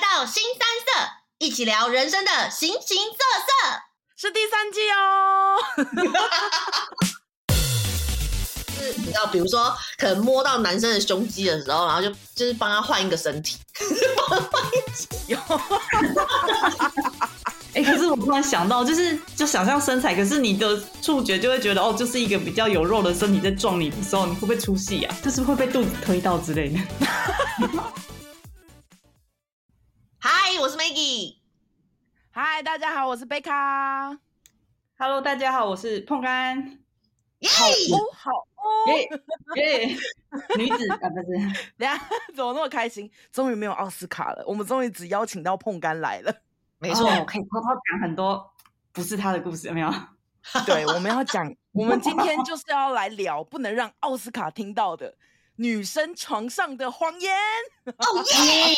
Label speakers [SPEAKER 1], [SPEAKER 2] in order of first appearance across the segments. [SPEAKER 1] 到新三色，一起聊人生的形形色色。
[SPEAKER 2] 是第三季哦。
[SPEAKER 1] 就是你知道，比如说可能摸到男生的胸肌的时候，然后就就是帮他换一个身体。
[SPEAKER 2] 有，
[SPEAKER 3] 哎、可是我突然想到，就是就想象身材，可是你的触觉就会觉得哦，就是一个比较有肉的身体在撞你的时候，你会不会出戏啊？就是会被肚子推到之类的。
[SPEAKER 1] 嗨，我是 Maggie。
[SPEAKER 2] 嗨，大家好，我是贝卡。哦，
[SPEAKER 3] Hello，大家好，我是碰干
[SPEAKER 1] 耶、
[SPEAKER 2] 好哦，
[SPEAKER 3] 耶耶，女子啊不是，
[SPEAKER 2] 等一下怎么那么开心？终于没有奥斯卡了，我们终于只邀请到碰干来 了。
[SPEAKER 1] 没错，
[SPEAKER 3] 哦可以偷偷讲很多不是她的故事，有没有？
[SPEAKER 2] 对，我们要 讲，我们今天就是要来聊不能让奥斯卡听到的女生床上的谎言。
[SPEAKER 1] 哦耶！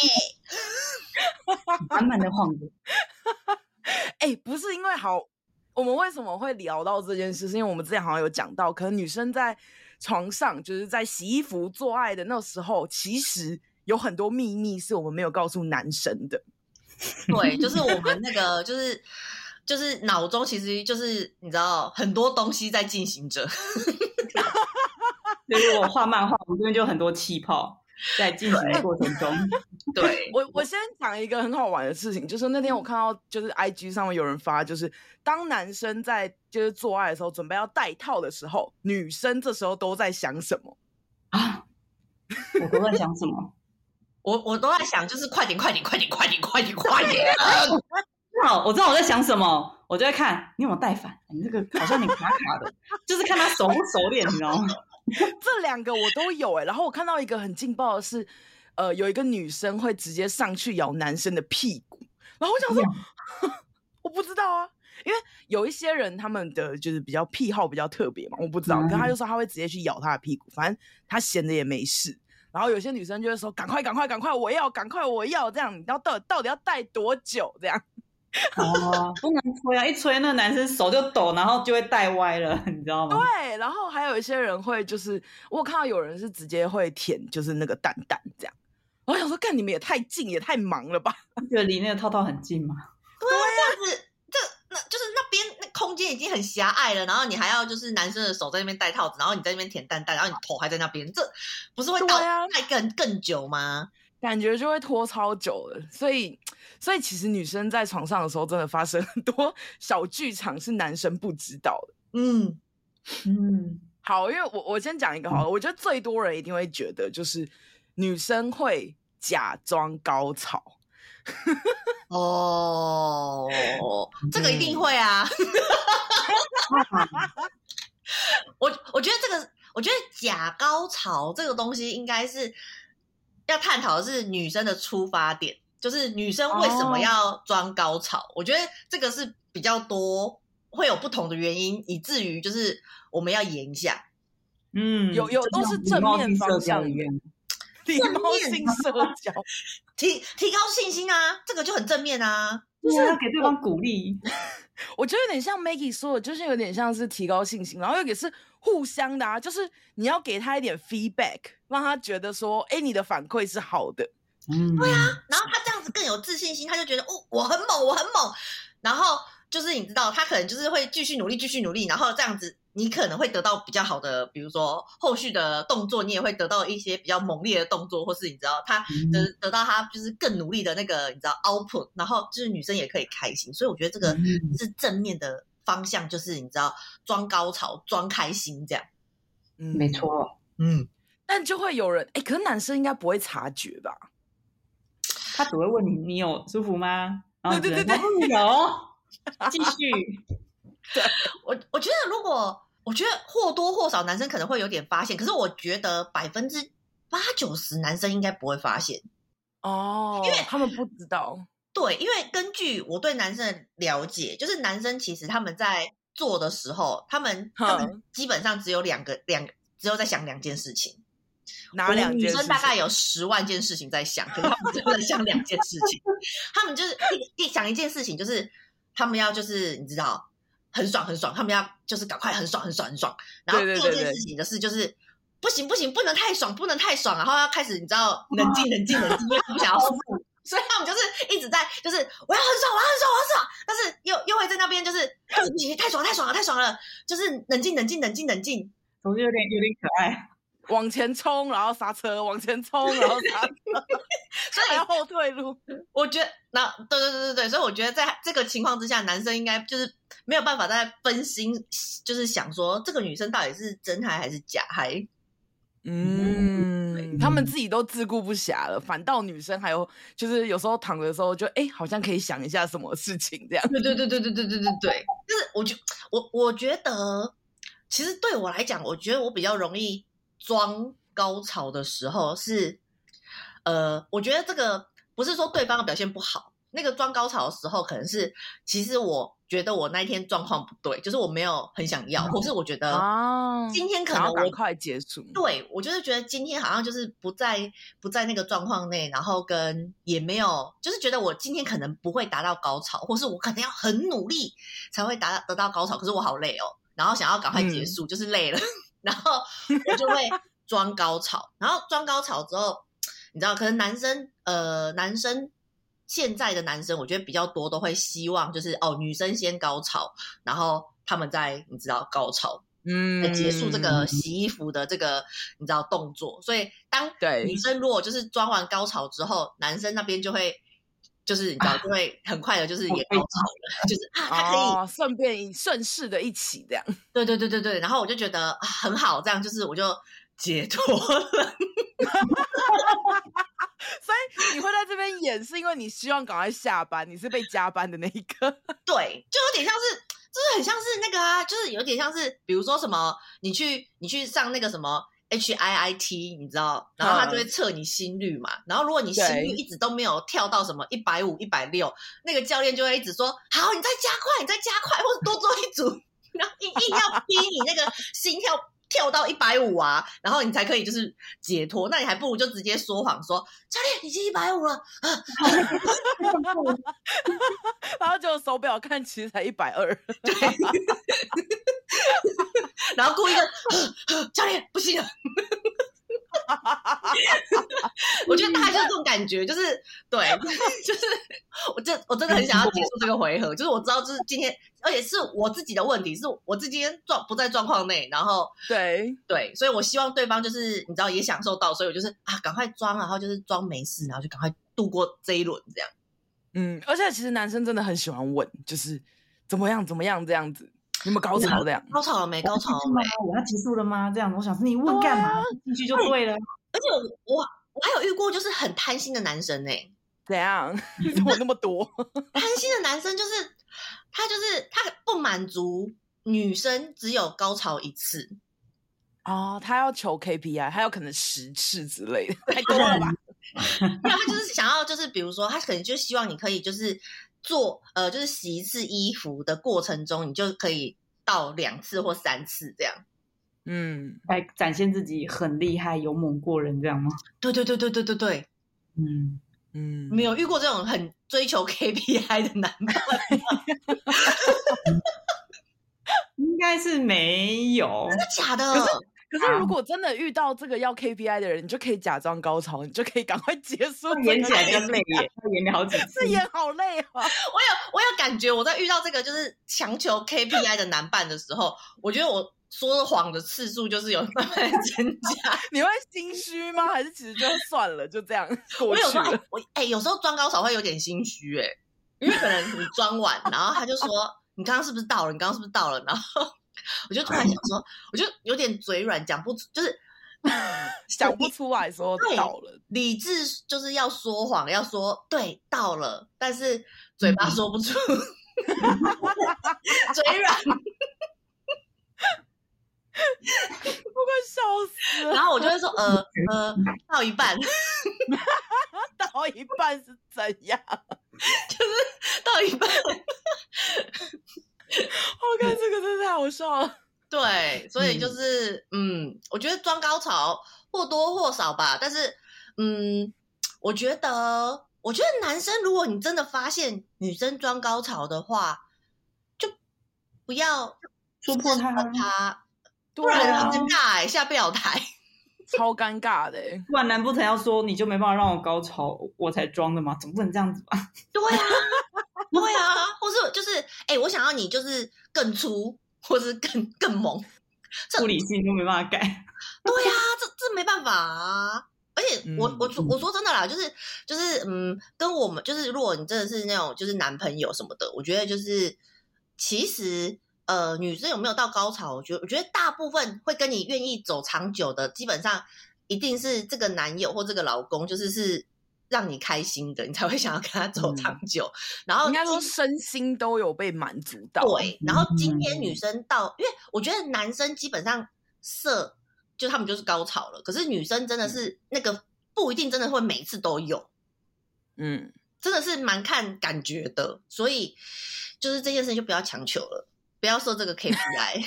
[SPEAKER 3] 满满的谎言。
[SPEAKER 2] 哎、不是因为好，我们为什么会聊到这件事？是因为我们之前好像有讲到，可能女生在床上就是在洗衣服、做爱的那时候，其实有很多秘密是我们没有告诉男生的。
[SPEAKER 1] 对，就是我们那个，就是就是脑中其实就是你知道很多东西在进行着。
[SPEAKER 3] 所以我画漫画，我这边就有很多气泡在进行的过程 中。
[SPEAKER 1] 对，
[SPEAKER 2] 我我先讲一个很好玩的事情，就是那天我看到就是 I G 上面有人发，就是当男生在就是做爱的时候准备要戴套的时候，女生这时候都在想什么？
[SPEAKER 3] 啊，我都在想什么？
[SPEAKER 1] 我我都在想，就是快点，快点，快点，快点，快点，快点！
[SPEAKER 3] 好，我知道我在想什么，我就会看你有没有带反，你这个好像你卡卡的，就是看他熟不熟练，你 知道吗？
[SPEAKER 2] 这两个我都有哎、然后我看到一个很劲爆的是，呃，有一个女生会直接上去咬男生的屁股，然后我想说， 我不知道啊，因为有一些人他们的就是比较癖好比较特别嘛，我不知道。
[SPEAKER 3] 嗯
[SPEAKER 2] 可他就说他会直接去咬他的屁股，反正他闲着也没事。然后有些女生就会说：“赶快，赶快，赶快，我要，赶快，我要。”这样，你要到底到底要戴多久？这样，
[SPEAKER 3] 哦，不能吹啊，一吹那个男生手就抖，然后就会带歪了，你知道吗？
[SPEAKER 2] 对。啊然后还有一些人会就是，我有看到有人是直接会舔，就是那个蛋蛋这样。我想说，干你们也太近，也太忙了吧？
[SPEAKER 3] 就 觉得离那个套套很近嘛。
[SPEAKER 1] 对啊，这样子，这那就是那边那空间已经很狭隘了，然后你还要就是男生的手在那边戴套子，然后你在那边舔蛋蛋，然后你头还在那边，这不是会到
[SPEAKER 2] 对啊
[SPEAKER 1] 戴更更久吗？
[SPEAKER 2] 感觉就会拖超久了。所以，所以其实女生在床上的时候，真的发生很多小剧场是男生不知道的。
[SPEAKER 1] 嗯，
[SPEAKER 3] 嗯，
[SPEAKER 2] 好，因为我我先讲一个好了，我觉得最多人一定会觉得就是女生会假装高潮，
[SPEAKER 1] 哦，这个一定会啊！我我觉得这个，我觉得假高潮这个东西应该是要探讨的是女生的出发点，就是女生为什么
[SPEAKER 3] 哦
[SPEAKER 1] 要装高潮？我觉得这个是比较多会有不同的原因，以至于就是我们要言一下。
[SPEAKER 3] 嗯，
[SPEAKER 2] 有有都是正面方向的礼
[SPEAKER 1] 正
[SPEAKER 2] 貌
[SPEAKER 1] 面
[SPEAKER 2] 性社交。
[SPEAKER 1] 提提高信心啊，这个就很正面啊。
[SPEAKER 3] 就是要给对方鼓励。
[SPEAKER 2] 我觉得有点像 Maggie 说的，就是有点像是提高信心，然后又也是互相的啊，就是你要给他一点 feedback，让他觉得说，哎、你的反馈是好的。
[SPEAKER 3] 嗯，对啊，
[SPEAKER 1] 然后他这样子更有自信心，他就觉得哦，我很猛，我很猛。然后就是你知道，他可能就是会继续努力，继续努力，然后这样子，你可能会得到比较好的，比如说后续的动作，你也会得到一些比较猛烈的动作，或是你知道他
[SPEAKER 3] 嗯
[SPEAKER 1] 得得到他就是更努力的那个你知道 output，然后就是女生也可以开心。所以我觉得这个
[SPEAKER 3] 嗯
[SPEAKER 1] 是正面的方向，就是你知道装高潮、装开心这样。
[SPEAKER 2] 嗯
[SPEAKER 3] 没错。
[SPEAKER 1] 嗯，
[SPEAKER 2] 但就会有人哎、可是男生应该不会察觉吧？
[SPEAKER 3] 他只会问你你有舒服吗？然后你
[SPEAKER 2] 对
[SPEAKER 3] 只
[SPEAKER 2] 对
[SPEAKER 3] 能
[SPEAKER 2] 对
[SPEAKER 3] 说嗯 有，继续。
[SPEAKER 1] 我我觉得如果我觉得或多或少男生可能会有点发现，可是我觉得百分之八九十男生应该不会发现。
[SPEAKER 2] 哦，
[SPEAKER 1] 因为
[SPEAKER 2] 他们不知道。
[SPEAKER 1] 对，因为根据我对男生的了解，就是男生其实他们在做的时候，他们他们
[SPEAKER 2] 哼
[SPEAKER 1] 基本上只有两个两只有在想两件事情，
[SPEAKER 2] 哪
[SPEAKER 1] 我们
[SPEAKER 2] 两件
[SPEAKER 1] 女
[SPEAKER 2] 事
[SPEAKER 1] 生
[SPEAKER 2] 情？
[SPEAKER 1] 大概有十万件事情在想，可是他们只有在想两件事 情，他们就是一一想一件事情，就是他们要就是你知道很爽很爽，他们要就是赶快很爽很爽很爽，然后
[SPEAKER 2] 对对
[SPEAKER 1] 第二
[SPEAKER 2] 对
[SPEAKER 1] 件
[SPEAKER 2] 对
[SPEAKER 1] 事情就是就是。 不行不行，不能太爽，不能太爽，然后要开始你知道冷静冷静冷静，因为他们想要舒服，所以他们就是一直在，就是我要很爽，我要很爽，我要很爽，但是又又会在那边就是对不起太爽，太爽了，太爽了，就是冷静，冷静，冷静，冷静。
[SPEAKER 3] 总之有点有点可爱。
[SPEAKER 2] 往前冲，然后刹车，往前冲，然后刹车，
[SPEAKER 1] 所以
[SPEAKER 2] 还有后退路。
[SPEAKER 1] 我觉得，那对对对对对，所以我觉得在这个情况之下，男生应该就是没有办法再分心，就是想说这个女生到底是真嗨还是假嗨。
[SPEAKER 2] 嗯，他们自己都自顾不暇了，反倒女生还有就是有时候躺着的时候就哎、好像可以想一下什么事情这样。
[SPEAKER 1] 对对对对对对对对对，就是我觉我我觉得，其实对我来讲，我觉得我比较容易装高潮的时候是，呃，我觉得这个不是说对方的表现不好，那个装高潮的时候，可能是其实我觉得我那一天状况不对，就是我没有很想要，或是我觉得
[SPEAKER 2] 啊
[SPEAKER 1] 今天可
[SPEAKER 2] 想
[SPEAKER 1] 能
[SPEAKER 2] 要赶
[SPEAKER 1] 我
[SPEAKER 2] 快结束。
[SPEAKER 1] 对，我就是觉得今天好像就是不在不在那个状况内，然后跟也没有，就是觉得我今天可能不会达到高潮，或是我可能要很努力才会达得到高潮，可是我好累哦，然后想要赶快结束，就是累了， 然后我就会装高潮，然后装高潮之后，你知道，可能男生呃男生。现在的男生，我觉得比较多都会希望就是哦，女生先高潮，然后他们再你知道高潮，来
[SPEAKER 2] 嗯
[SPEAKER 1] 结束这个洗衣服的这个你知道动作。所以当
[SPEAKER 2] 对
[SPEAKER 1] 女生如果就是装完高潮之后，男生那边就会就是你知道就会很快的，就是也高潮了， 就是啊，他可以，
[SPEAKER 2] 哦，顺便一顺势的一起这样。
[SPEAKER 1] 对对对对对。然后我就觉得啊很好，这样就是我就解脱了。
[SPEAKER 2] 所以你会在这边演，是因为你希望赶快下班，你是被加班的那一个。
[SPEAKER 1] 对，就有点像是。就是很像是那个啊，就是有点像是，比如说什么，你去你去上那个什么 H I I T，你知道，然后他就会测你心率嘛。然后如果你心率
[SPEAKER 2] 对
[SPEAKER 1] 一直都没有跳到什么一百五、一百六，那个教练就会一直说：“好，你再加快，你再加快，或者多做一组。” 然后硬硬要逼你那个心跳跳到一百五啊，然后你才可以就是解脱。那你还不如就直接说谎说：“教练，已经一百五了。
[SPEAKER 2] 然后结果手表看其实才一百二，”
[SPEAKER 1] 然后故意的教练不行了。我觉得大概就是这种感觉，就是对，就是我真我真的很想要结束这个回合，就是我知道就是今天，而且是我自己的问题，是我自己今天状不在状况内，然后
[SPEAKER 2] 对，
[SPEAKER 1] 对，所以我希望对方就是你知道也享受到，所以我就是啊赶快装，然后就是装没事，然后就赶快度过这一轮这样。
[SPEAKER 2] 嗯，而且其实男生真的很喜欢问，就是怎么样怎么样这样子，有没有高潮这 样？
[SPEAKER 1] 高潮了
[SPEAKER 3] 哦
[SPEAKER 1] 没？高潮了没？
[SPEAKER 3] 我要结束了吗？这样，我想说你问干嘛？进去就哎对啊了。
[SPEAKER 1] 而且我我我还有遇过就是很贪心的男生呢、欸
[SPEAKER 2] 怎样？ 怎么那么多？
[SPEAKER 1] 贪心的男生就是他就是他不满足女生只有高潮一次，
[SPEAKER 2] 哦，他要求 KPI，他有可能十次之类的，太多
[SPEAKER 1] 啊
[SPEAKER 2] 了吧？
[SPEAKER 1] 没有，他就是想要，就是比如说，他可能就希望你可以就是做呃，就是洗一次衣服的过程中，你就可以到两次或三次这样。
[SPEAKER 2] 嗯，
[SPEAKER 3] 来展现自己很厉害、勇猛过人，这样吗？
[SPEAKER 1] 对对对对对对对，
[SPEAKER 3] 嗯，
[SPEAKER 2] 嗯，
[SPEAKER 1] 没有遇过这种很追求 KPI 的男伴。
[SPEAKER 3] 应该是没有。
[SPEAKER 1] 真的假的？
[SPEAKER 2] 可是如果真的遇到这个要 KPI 的人，你就可以假装高潮，你就可以赶快结束这个 KPI。
[SPEAKER 3] 演起来真累耶，要演了好几次
[SPEAKER 2] 这。演好累啊！
[SPEAKER 1] 我有我有感觉，我在遇到这个就是强求 KPI 的男伴的时候，我觉得我说谎的次数就是有慢慢地增加。
[SPEAKER 2] 你会心虚吗？还是其实就算了，就 这样过
[SPEAKER 1] 我有时
[SPEAKER 2] 去
[SPEAKER 1] 候哎
[SPEAKER 2] 了？
[SPEAKER 1] 我哎、有时候装高潮会有点心虚哎、因为可能你装完，然后他就说你刚刚是不是到了？你刚刚是不是到了？然后我就突然想说，我就有点嘴软，讲不出，就是
[SPEAKER 2] 想不出来说
[SPEAKER 1] 对
[SPEAKER 2] 到了，
[SPEAKER 1] 理智就是要说谎，要说对到了，但是嘴巴说不出， 嘴软。
[SPEAKER 2] 我快笑死了。
[SPEAKER 1] 然后我就会说呃呃到一半，
[SPEAKER 2] 到一半是怎样？
[SPEAKER 1] 到一半，
[SPEAKER 2] 我哦看这个真的太好笑了。
[SPEAKER 1] 对，所以就是嗯我觉得装高潮或多或少吧，但是嗯，我觉得，我觉得男生如果你真的发现女生装高潮的话，就不要
[SPEAKER 3] 戳破他
[SPEAKER 1] 他，
[SPEAKER 2] 对
[SPEAKER 1] 不然
[SPEAKER 2] 啊
[SPEAKER 1] 很尴尬、欸，下不了台。
[SPEAKER 2] 超尴尬的、欸。
[SPEAKER 3] 不然难不成要说你就没办法让我高潮，我才装的吗？总不能这样子吧？
[SPEAKER 1] 对啊，对啊，或是就是哎、我想要你就是更粗，或是更更猛，这
[SPEAKER 3] 不理性都没办法 改。
[SPEAKER 1] 对呀、啊这这没办法啊。而且
[SPEAKER 2] 嗯
[SPEAKER 1] 我、我说我说真的啦，就是就是嗯，跟我们就是，如果你真的是那种就是男朋友什么的，我觉得就是其实呃，女生有没有到高潮，我觉得我觉得大部分会跟你愿意走长久的，基本上一定是这个男友或这个老公，就是是让你开心的，你才会想要跟他走
[SPEAKER 2] 嗯
[SPEAKER 1] 长久。然后
[SPEAKER 2] 应该
[SPEAKER 1] 今
[SPEAKER 2] 说身心都有被满足到。
[SPEAKER 1] 哦对，然后今天
[SPEAKER 3] 嗯
[SPEAKER 1] 女生到，因为我觉得男生基本上射就他们就是高潮了，可是女生真的是那个不一定真的会每次都有，
[SPEAKER 2] 嗯，
[SPEAKER 1] 真的是蛮看感觉的，所以就是这件事情就不要强求了。不要说这个 KPI，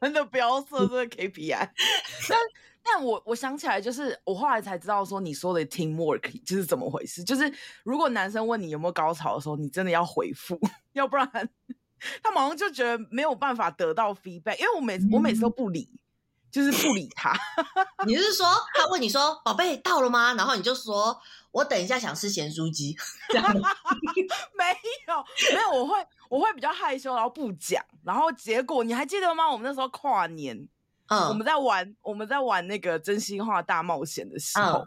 [SPEAKER 2] 真的不要设这个 KPI。但但我我想起来，就是我后来才知道说你说的 teamwork 就是怎么回事。就是如果男生问你有没有高潮的时候，你真的要回复， 要不然他马上就觉得没有办法得到 feedback。因为我每我每次都不理，就是不理他。
[SPEAKER 1] 你是说他问你说“宝贝到了吗”，然后你就说“我等一下想吃咸酥鸡
[SPEAKER 2] 没有，没有，我会我会比较害羞，然后不讲，然后结果你还记得吗？我们那时候跨年，”。我
[SPEAKER 1] 嗯
[SPEAKER 2] 们在玩我们在玩那个真心话大冒险的时候，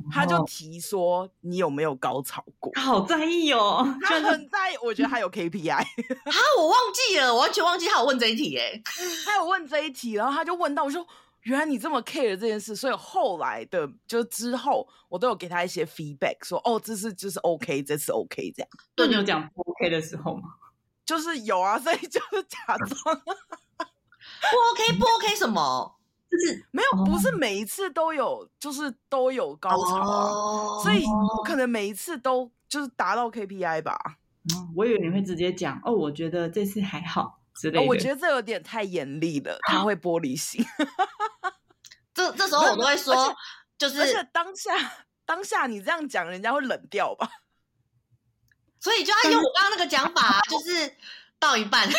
[SPEAKER 1] 嗯
[SPEAKER 2] 他就
[SPEAKER 3] 哦
[SPEAKER 2] 提说你有没有高潮过？
[SPEAKER 3] 他好在意 哦，
[SPEAKER 2] 他很在意，我觉得他有 KPI，
[SPEAKER 1] 啊，我忘记了，我完全忘记他有问这一题哎、
[SPEAKER 2] 他有问这一题，然后他就问到我说。原来你这么 care 这件事，所以后来的就之后，我都有给他一些 feedback，说哦，这是就是 OK，这次 OK 这样，
[SPEAKER 3] 对你有讲不 OK 的时候吗？
[SPEAKER 2] 就是有啊，所以就是假装
[SPEAKER 1] 不 OK 不 OK 什么
[SPEAKER 2] 没有，不是
[SPEAKER 1] 哦
[SPEAKER 2] 每一次都有，就是都有高潮啊，
[SPEAKER 1] 哦
[SPEAKER 2] 所以不可能每一次都就是达到 KPI 吧？
[SPEAKER 3] 哦我以为你会直接讲哦，我觉得这次还好之类
[SPEAKER 2] 呃
[SPEAKER 3] 的。
[SPEAKER 2] 我觉 得这有点太严厉了，他会玻璃心。
[SPEAKER 1] 这这时候
[SPEAKER 2] 没有
[SPEAKER 1] 我都会
[SPEAKER 2] 没有而且
[SPEAKER 1] 说，就是
[SPEAKER 2] 而且当下当下你这样讲，人家会冷掉吧？
[SPEAKER 1] 所以就要用我刚刚那个讲法，啊就是到一半，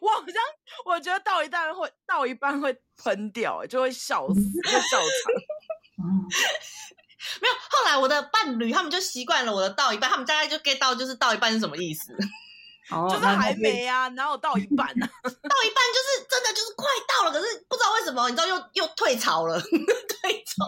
[SPEAKER 2] 我好像我觉得到一半会到一半会喷掉、欸就会笑死，就笑场。
[SPEAKER 3] 哦
[SPEAKER 1] 没有。后来我的伴侣他们就习惯了我的到一半，他们大概就 get 到就是到一半是什么意思，到
[SPEAKER 3] 哦，
[SPEAKER 2] 就是
[SPEAKER 3] 那
[SPEAKER 2] 还
[SPEAKER 3] 那
[SPEAKER 2] 没啊， 哪有到一半呢、
[SPEAKER 1] 一半就是真的就是快到了，可是不知道为什么，你知道又又退潮了， 退潮。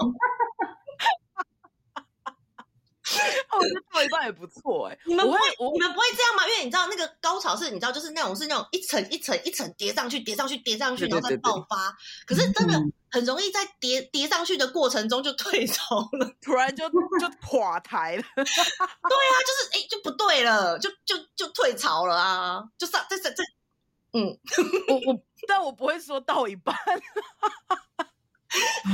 [SPEAKER 2] 我觉得到一半也不错哎、
[SPEAKER 1] 你们不
[SPEAKER 2] 我
[SPEAKER 1] 会
[SPEAKER 2] 会我
[SPEAKER 1] 你们不会这样吗？因为你知道那个高潮是，你知道就是那种是那种一层一层一层叠上去，叠上去，叠上去，
[SPEAKER 2] 对对
[SPEAKER 1] 然后再
[SPEAKER 2] 对对
[SPEAKER 1] 爆发。可是真的
[SPEAKER 3] 嗯
[SPEAKER 1] 很容易在叠叠上去的过程中就退潮了。
[SPEAKER 2] 突然就就垮台了。
[SPEAKER 1] 对啊，就是哎、就不对了，就就就退潮了啊，就上这这这，
[SPEAKER 2] 我我但我不会说到一半。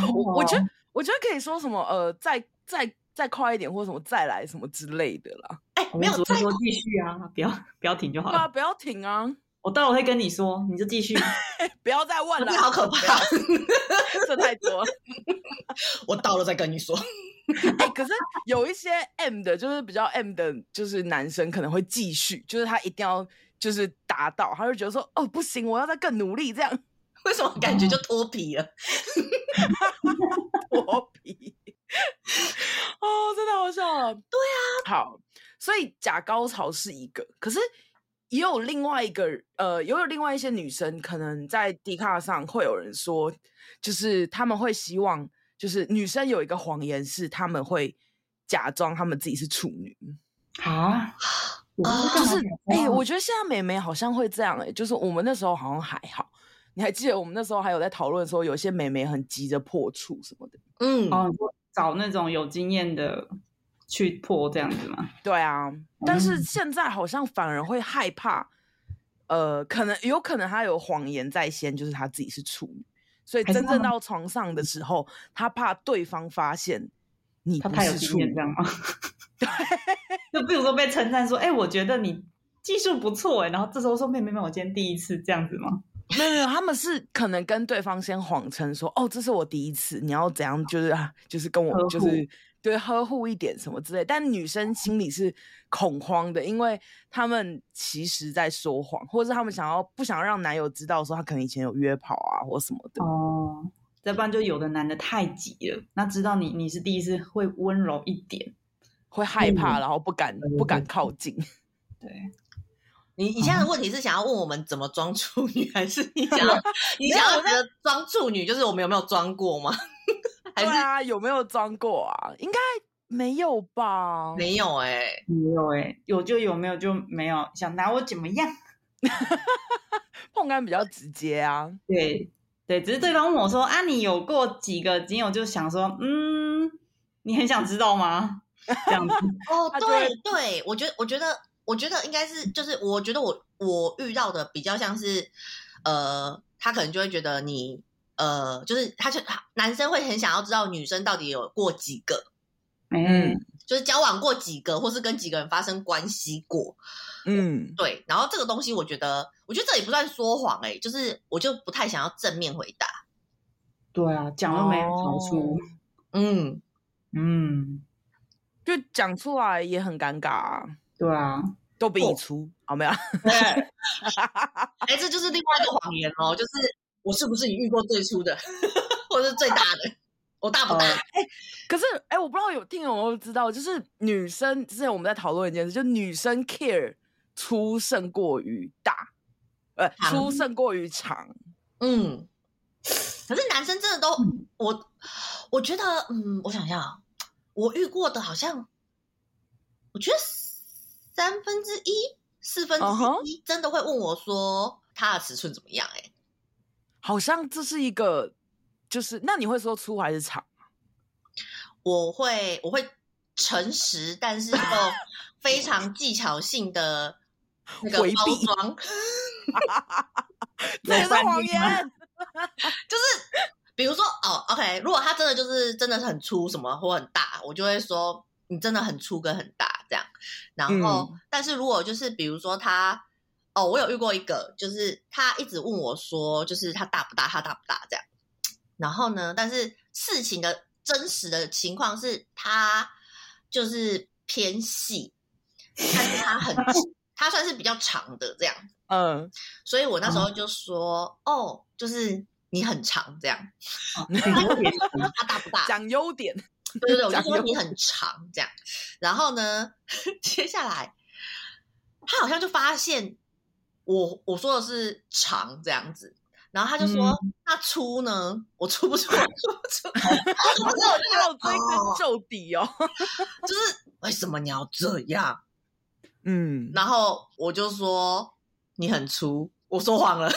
[SPEAKER 2] 我
[SPEAKER 3] 哦
[SPEAKER 2] 我觉得我觉得可以说什么呃，再再再快一点，或者什么再来什么之类的啦。
[SPEAKER 1] 哎、
[SPEAKER 3] 我
[SPEAKER 1] 没
[SPEAKER 3] 们只
[SPEAKER 1] 有
[SPEAKER 3] 会
[SPEAKER 1] 再
[SPEAKER 3] 说继续啊，不要不要停就好
[SPEAKER 2] 对
[SPEAKER 3] 了
[SPEAKER 2] 啊，。不要停啊，
[SPEAKER 3] 我待会会跟你说，你就继续。
[SPEAKER 2] 不要再问
[SPEAKER 1] 这
[SPEAKER 2] 了，
[SPEAKER 1] 好可
[SPEAKER 2] 不要
[SPEAKER 1] 怕，，
[SPEAKER 2] 这太多了。
[SPEAKER 1] 我到了再跟你说。
[SPEAKER 2] 哎、可是有一些 M 的，就是比较 M 的，就是男生可能会继续，就是他一定要就是达到，他就觉得说哦不行，我要再更努力，这样
[SPEAKER 1] 为什么感觉就脱皮了？
[SPEAKER 2] 脱皮。哦，真的好笑啊！对啊，好，所以假高潮是一个，可是也有另外一个，呃，也有另外一些女生，可能在 D 卡上会有人说，就是他们会希望，就是女生有一个谎言是他们会假装他们自己是处女。
[SPEAKER 3] 啊，
[SPEAKER 2] 就是哎、
[SPEAKER 3] 我
[SPEAKER 2] 我觉得现在美眉好像会这样哎、就是我们那时候好像还好。你还记得我们那时候还有在讨论说，有些美眉很急着破处什么的。
[SPEAKER 1] 嗯，
[SPEAKER 3] 哦，你说找那种有经验的去破这样子吗？
[SPEAKER 2] 对啊，但是
[SPEAKER 3] 嗯
[SPEAKER 2] 现在好像反而会害怕，呃，可能有可能她有谎言在先，就是她自己是处女，所以
[SPEAKER 3] 还是
[SPEAKER 2] 真
[SPEAKER 3] 她
[SPEAKER 2] 正
[SPEAKER 3] 们
[SPEAKER 2] 到床上的时候，她怕对方发现你
[SPEAKER 3] 他
[SPEAKER 2] 不
[SPEAKER 3] 怕有
[SPEAKER 2] 是
[SPEAKER 3] 经
[SPEAKER 2] 处
[SPEAKER 3] 验
[SPEAKER 2] 女
[SPEAKER 3] 这。样吗？ 对，就比如说欸被称赞说，哎、我觉得你技术不错哎，然后这时候说，没没没，我今天第一次这样子吗？
[SPEAKER 2] 没有没有，他们是可能跟对方先谎称说，哦，这是我第一次，你要怎样，就是啊，就是跟
[SPEAKER 3] 呵
[SPEAKER 2] 我
[SPEAKER 3] 护
[SPEAKER 2] 就是对呵护一点什么之类。但女生心里是恐慌的，因为他们其实在说谎，或者是他们想要不想让男友知道说他可能以前有约跑啊或什么的。
[SPEAKER 3] 哦，再不然就有的男的太急了，那知道你你是第一次会温柔一点，
[SPEAKER 2] 会害
[SPEAKER 3] 嗯
[SPEAKER 2] 怕，然后不敢
[SPEAKER 3] 对对
[SPEAKER 2] 不敢
[SPEAKER 3] 对
[SPEAKER 2] 靠近。
[SPEAKER 3] 嗯对，
[SPEAKER 1] 你哦你现在的问题是想要问我们怎么装处女， 还是你想要你想要觉得装处女就是我们有没有装过吗？ 还
[SPEAKER 2] 对
[SPEAKER 1] 是
[SPEAKER 2] 啊，有没有装过啊？应该没有吧？
[SPEAKER 1] 没有哎、
[SPEAKER 3] 没有哎、有就有，没有就没有，想拿我怎么样？
[SPEAKER 2] 碰杆比较直接啊。
[SPEAKER 3] 对对，只是对方问我说啊，你有过几个仅有，就想说，嗯，你很想知道吗？这样子，
[SPEAKER 1] 哦，
[SPEAKER 2] 他就
[SPEAKER 1] 对
[SPEAKER 2] 会
[SPEAKER 1] 对，我觉得，我觉得，我觉得应该是，就是我觉得我我遇到的比较像是，呃，他可能就会觉得你，呃，就是他就男生会很想要知道女生到底有过几个，
[SPEAKER 3] 嗯，
[SPEAKER 1] 就是交往过几个，或是跟几个人发生关系过，
[SPEAKER 2] 嗯，
[SPEAKER 1] 对。然后这个东西，我觉得，我觉得这也不算说谎、欸，就是我就不太想要正面回答，
[SPEAKER 3] 对啊，讲都没有好处
[SPEAKER 2] 哦，
[SPEAKER 1] 嗯，
[SPEAKER 3] 嗯，
[SPEAKER 2] 就讲出来也很尴尬、啊，
[SPEAKER 3] 对啊，
[SPEAKER 2] 都比你
[SPEAKER 1] 哦
[SPEAKER 2] 粗，好、没有？
[SPEAKER 1] 对。哎、这就是另外一个谎言哦，就是我是不是你遇过最初的， 或是最大的，我大不 大？
[SPEAKER 3] 哦
[SPEAKER 2] 可是，哎、我不知道有听友有没有知道，就是女生之前我们在讨论一件事，就女生 care 粗胜过于大，呃，
[SPEAKER 1] 长
[SPEAKER 2] 粗胜过于长。
[SPEAKER 1] 嗯，可是男生真的都，我我觉得，嗯，我想一下啊，我遇过的好像，我觉得三分之一、四分之
[SPEAKER 2] 嗯哼
[SPEAKER 1] 一真的会问我说他的尺寸怎么样、欸？哎，
[SPEAKER 2] 好像这是一个，就是那你会说粗还是长？
[SPEAKER 1] 我会我会诚实，但 是又非常技巧性的那个
[SPEAKER 2] 回
[SPEAKER 1] 包
[SPEAKER 2] 避
[SPEAKER 1] 装，
[SPEAKER 2] 这也是
[SPEAKER 3] 饭
[SPEAKER 2] 谎
[SPEAKER 3] 店
[SPEAKER 2] 言
[SPEAKER 3] 吗。
[SPEAKER 1] 比如说哦，OK，如果他真的就是真的是很粗什么或很大，我就会说你真的很粗跟很大这样。然后，但是如果就是比如说他哦，我有遇过一个，就是他一直问我说，就是他大不大，他大不大这样。然后呢，但是事情的真实的情况是他就是偏细，但是他很他算是比较长的这样。
[SPEAKER 2] 嗯，
[SPEAKER 1] 所以我那时候就说，哦，就是你很长这样。
[SPEAKER 3] 哦有点
[SPEAKER 1] 他大不大？
[SPEAKER 2] 讲优点。
[SPEAKER 1] 对对对，我就
[SPEAKER 2] 讲
[SPEAKER 1] 说
[SPEAKER 2] 优
[SPEAKER 1] 你很长这样。然后呢，接下来他好像就发现我我说的是长这样子，然后他就说、那粗呢？我粗不粗？ 我粗不粗？我
[SPEAKER 2] 我有要追
[SPEAKER 1] 哦
[SPEAKER 2] 根究底哦。
[SPEAKER 1] 就是为什么你要这样？
[SPEAKER 2] 嗯，
[SPEAKER 1] 然后我就说你很粗，我说谎了。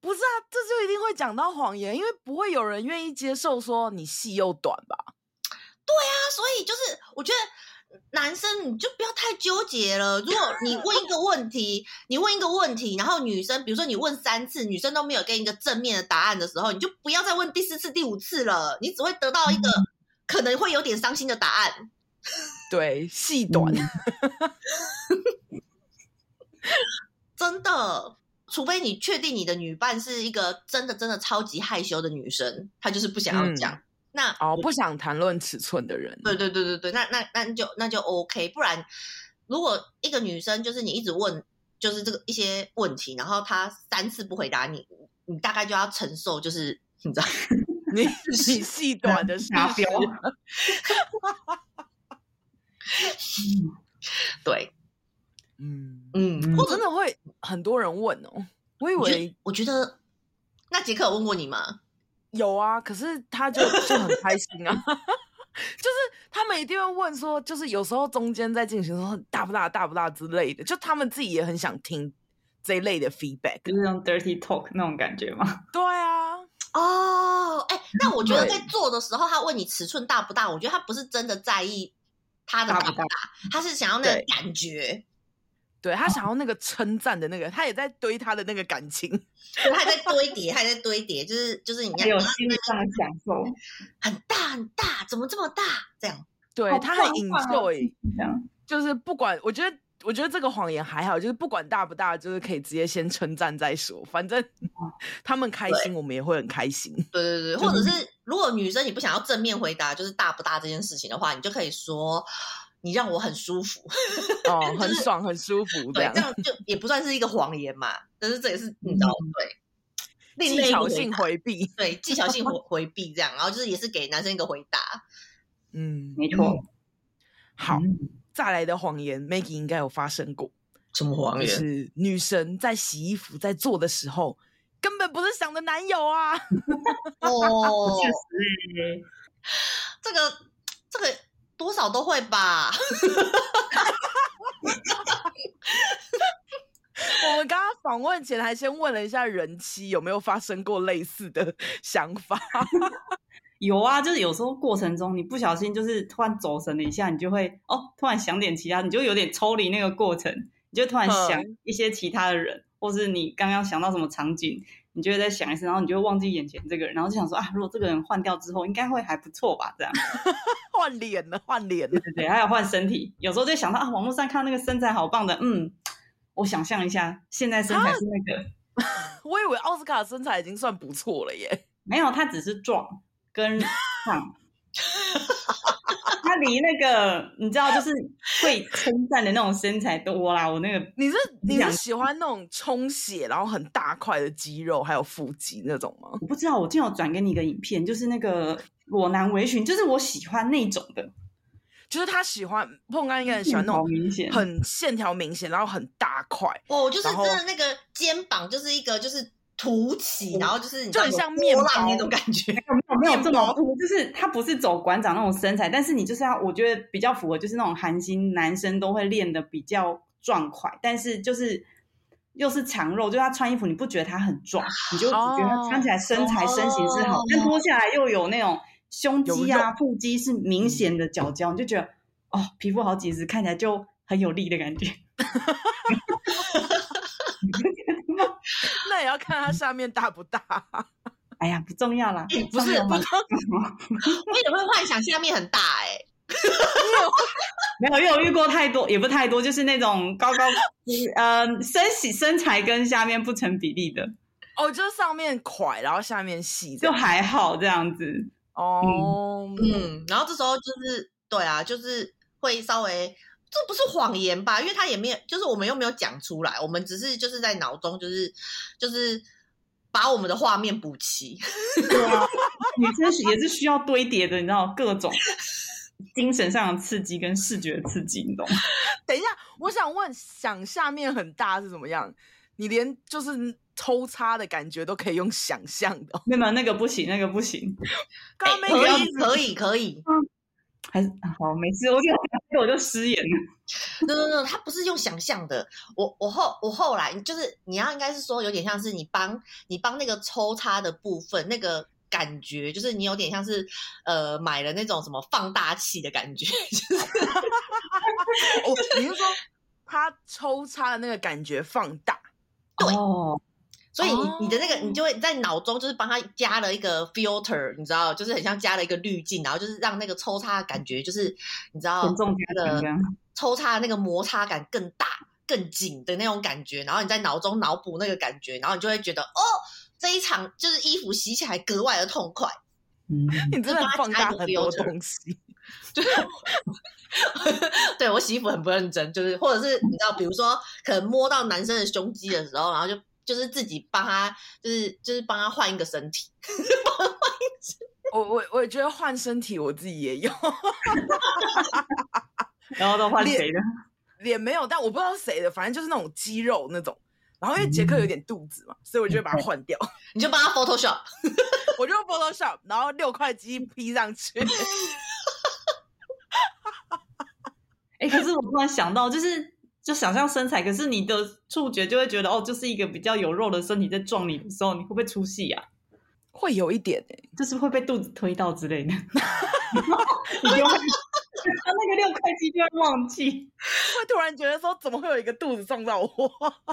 [SPEAKER 2] 不是啊，这就一定会讲到谎言，因为不会有人愿意接受说你细又短吧？
[SPEAKER 1] 所以就是我觉得男生你就不要太纠结了。如果你问一个问题，你问一个问题，然后女生比如说你问三次，女生都没有给你一个正面的答案的时候，你就不要再问第四次、第五次了，你只会得到一个可能会有点伤心的答案。
[SPEAKER 2] 对，细短。
[SPEAKER 1] 真的，除非你确定你的女伴是一个真的真的超级害羞的女生，她就是不想要讲。那
[SPEAKER 2] 哦，不想谈论尺寸的人，
[SPEAKER 1] 对对对对对，那那那就那就 OK，不然如果一个女生就是你一直问，就是这个一些问题，然后她三次不回答你，你大概就要承受，就是你知道，
[SPEAKER 2] 你你细短的事
[SPEAKER 3] 啊达标
[SPEAKER 2] 实，
[SPEAKER 1] 对，
[SPEAKER 2] 嗯，
[SPEAKER 1] 嗯，
[SPEAKER 3] 嗯
[SPEAKER 1] 或
[SPEAKER 2] 真
[SPEAKER 1] 者
[SPEAKER 2] 的会很多人问哦。我以
[SPEAKER 1] 我觉
[SPEAKER 2] 为
[SPEAKER 1] 得我觉得那杰克有问过你吗？
[SPEAKER 2] 有啊，可是他就就很开心啊， 就是他们一定会问说，就是有时候中间在进行说大不大、大不大之类的，就他们自己也很想听这一类的 feedback。
[SPEAKER 3] 就是那种 dirty talk 那种感觉 嘛。
[SPEAKER 2] 对啊，
[SPEAKER 1] 哦，哎，那我觉得
[SPEAKER 2] 对
[SPEAKER 1] 在做的时候，他问你尺寸大不大，我觉得他不是真的在意他的
[SPEAKER 3] 大
[SPEAKER 1] 大
[SPEAKER 3] 不
[SPEAKER 1] 不大，他是想要那个
[SPEAKER 2] 对
[SPEAKER 1] 感觉，
[SPEAKER 2] 对他想要那个称赞的那个，他也在堆他的那个感情。
[SPEAKER 1] 他还在堆叠，他还在堆叠，就是就是你
[SPEAKER 3] 还
[SPEAKER 1] 看
[SPEAKER 3] 有心理上的享受，
[SPEAKER 1] 很大很大，怎么这么大这样。
[SPEAKER 2] 对
[SPEAKER 3] 好
[SPEAKER 2] 他很
[SPEAKER 3] 棒啊
[SPEAKER 2] enjoy，
[SPEAKER 3] 这样
[SPEAKER 2] 就是不管我觉得我觉得这个谎言还好，就是不管大不大，就是可以直接先称赞再说，反正
[SPEAKER 1] 哦
[SPEAKER 2] 他们开心，我们也会很开 心。
[SPEAKER 1] 对对对，或者是如果女生你不想要正面回答，就是大不大这件事情的话，你就可以说你让我很舒服，
[SPEAKER 2] 哦，很爽，很舒服，这
[SPEAKER 1] 对
[SPEAKER 2] 样，
[SPEAKER 1] 这样就也不算是一个谎言嘛，但是这也是你知道对。另类
[SPEAKER 2] 嗯技巧
[SPEAKER 1] 一个
[SPEAKER 2] 性
[SPEAKER 1] 回答
[SPEAKER 2] 回避。
[SPEAKER 1] 对技巧性回回 避这样，然后就是也是给男生一个回答，
[SPEAKER 2] 嗯，
[SPEAKER 3] 没错。嗯
[SPEAKER 2] 好，再来的谎言，Maggie 应该有发生过，
[SPEAKER 1] 什么谎
[SPEAKER 2] 就是女神在洗衣服在做的时候，根本不是想的男友啊。
[SPEAKER 1] 哦，
[SPEAKER 3] 实
[SPEAKER 1] 这个这个多少都会吧，
[SPEAKER 2] 我们刚刚访问前还先问了一下人妻有没有发生过类似的 想法，
[SPEAKER 3] 有啊，就是有时候过程中你不小心就是突然走神了一下，你就会哦，突然想点其他，你就有点抽离那个过程，你就突然想一些其他的人，或是你刚刚想到什么场景，你就会再想一次，然后你就会忘记眼前这个人，然后就想说啊，如果这个人换掉之后，应该会还不错吧？这样，
[SPEAKER 2] 换脸了，换脸了
[SPEAKER 3] 对。对对，还有换身体，有时候就想到啊，网络上看到那个身材好棒的，嗯，我想象一下，现在身材是那个，
[SPEAKER 2] 我以为奥斯卡的身材已经算不错了耶。
[SPEAKER 3] 没有，他只是壮跟胖。他离那个你知道，就是会称赞的那种身材多啦。我那个
[SPEAKER 2] 你是你
[SPEAKER 3] 你
[SPEAKER 2] 是
[SPEAKER 3] 想
[SPEAKER 2] 喜欢那种充血然后很大块的肌肉，还有腹肌那种吗？
[SPEAKER 3] 我不知道，我今天有转给你一个影片，就是那个裸男围裙，就是我喜欢那种的，
[SPEAKER 2] 就是他喜欢碰刚应该很喜欢那
[SPEAKER 3] 好
[SPEAKER 2] 种
[SPEAKER 3] 明显，
[SPEAKER 2] 很线条明显，然后很大块，
[SPEAKER 1] 哦，就是
[SPEAKER 2] 然后
[SPEAKER 1] 真的那个肩膀就是一个就是凸起，然后就是你知道
[SPEAKER 2] 就很像
[SPEAKER 1] 有
[SPEAKER 2] 面
[SPEAKER 1] 波浪
[SPEAKER 2] 包
[SPEAKER 1] 那种感觉，
[SPEAKER 3] 哦没有没有这么粗，就是他不是走馆长那种身材，但是你就是要，我觉得比较符合就是那种韩星男生都会练的比较壮块，但是就是又是长肉，就他穿衣服你不觉得他很壮，你就只觉得他穿起来身材、
[SPEAKER 1] 哦
[SPEAKER 3] 身形是好，但脱下来又有那种胸肌
[SPEAKER 2] 有
[SPEAKER 3] 啊、腹肌是明显的角胶，你就觉得哦，皮肤好紧实，看起来就很有力的感 觉。
[SPEAKER 2] 那也要看他下面大不 大。
[SPEAKER 3] 哎呀，不重要啦，
[SPEAKER 1] 哎不是
[SPEAKER 3] 重要吗
[SPEAKER 1] 我也会幻想下面很大哎、欸，
[SPEAKER 3] 没有，因为我遇过太多，也不太多，就是那种高高，呃，身形身材跟下面不成比例的，
[SPEAKER 2] 哦，就是上面块，然后下面细这
[SPEAKER 3] 就
[SPEAKER 2] 样，
[SPEAKER 3] 还好这样子。
[SPEAKER 2] 哦，
[SPEAKER 1] 嗯，然后这时候就是对啊，就是会稍微。这不是谎言吧？因为他也没有，就是我们又没有讲出来，我们只是就是在脑中，就是就是把我们的画面补齐。
[SPEAKER 3] 对啊，女生是也是需要堆叠的，你知道各种精神上的刺激跟视觉的刺激，你懂吗？
[SPEAKER 2] 等一下，我想问，想下面很大是怎么样？你连就是抽插的感觉都可以用想象的哦。
[SPEAKER 3] 没有没有那个不行，那个不行，
[SPEAKER 2] 刚刚
[SPEAKER 1] 哎
[SPEAKER 2] 没
[SPEAKER 1] 可
[SPEAKER 2] 有
[SPEAKER 3] 啊
[SPEAKER 1] 以可以可以，
[SPEAKER 3] 还是好没事，我就我就失言了。
[SPEAKER 1] no no no，他不是用想象的。我我后我后来就是你要应该是说有点像是你帮你帮那个抽插的部分那个感觉，就是你有点像是呃买了那种什么放大器的感觉，就是
[SPEAKER 2] 哦，你是说他抽插的那个感觉放大？
[SPEAKER 1] 对
[SPEAKER 3] 哦，
[SPEAKER 1] 所以你
[SPEAKER 2] 哦
[SPEAKER 1] 你的那个你就会在脑中就是帮他加了一个 filter，你知道，就是很像加了一个滤镜，然后就是让那个抽插的感觉就是你知道
[SPEAKER 3] 严重
[SPEAKER 1] 那
[SPEAKER 3] 加成
[SPEAKER 1] 个
[SPEAKER 3] 这样。
[SPEAKER 1] 抽插的那个摩擦感更大、更紧的那种感觉，然后你在脑中脑补那个感觉，然后你就会觉得哦，这一场就是衣服洗起来格外的痛快。
[SPEAKER 3] 嗯，
[SPEAKER 2] 你真的放大很多
[SPEAKER 1] 就是帮他加一个
[SPEAKER 2] 东西。
[SPEAKER 1] 对我洗衣服很不认真，就是或者是你知道，比如说可能摸到男生的胸肌的时候，然后就就是自己帮他，就是就是帮他换一个身体。
[SPEAKER 2] 我我我觉得换身体我自己也有，
[SPEAKER 3] 然后都换谁的？
[SPEAKER 2] 脸没有，但我不知道是谁的，反正就是那种肌肉那种。然后因为杰克有点肚子嘛，所以我就会把它换掉，
[SPEAKER 1] 你就帮他 Photoshop，
[SPEAKER 2] 我就用 Photoshop，然后六块肌 P 上去。
[SPEAKER 3] 哎、可是我突然想到，就是就想象身材，可是你的触觉就会觉得哦，就是一个比较有肉的身体在撞你的时候，你会不会出戏啊？
[SPEAKER 2] 会有一点哎、
[SPEAKER 3] 就是会被肚子推到之类的， 你就会 他那个六块肌就会忘记。
[SPEAKER 2] 会突然觉得说怎么会有一个肚子撞到我，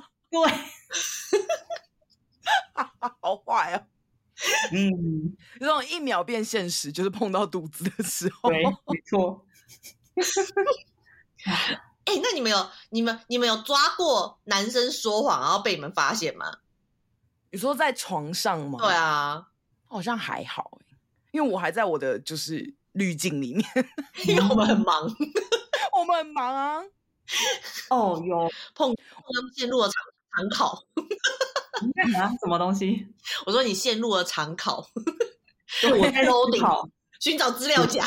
[SPEAKER 3] 对，
[SPEAKER 2] 好坏哦。
[SPEAKER 3] 嗯，
[SPEAKER 2] 这种一秒变现实，就是碰到肚子的时候。
[SPEAKER 3] 对，没错。
[SPEAKER 1] 哎、那你们有你们你们有抓过男生说谎然后被你们发现吗？
[SPEAKER 2] 你说在床上
[SPEAKER 3] 哦
[SPEAKER 2] 吗？
[SPEAKER 1] 对， 啊，
[SPEAKER 2] 好像还好、欸，因为我还在我的就是滤镜里面。
[SPEAKER 1] 因为我们很忙，
[SPEAKER 2] 我们很忙啊，
[SPEAKER 3] 哦，有，
[SPEAKER 1] 刚陷入了常常考。
[SPEAKER 3] 你在拿什么东西？
[SPEAKER 1] 我说你陷入了常考，
[SPEAKER 3] 就我
[SPEAKER 1] 在 loading 寻找资料夹。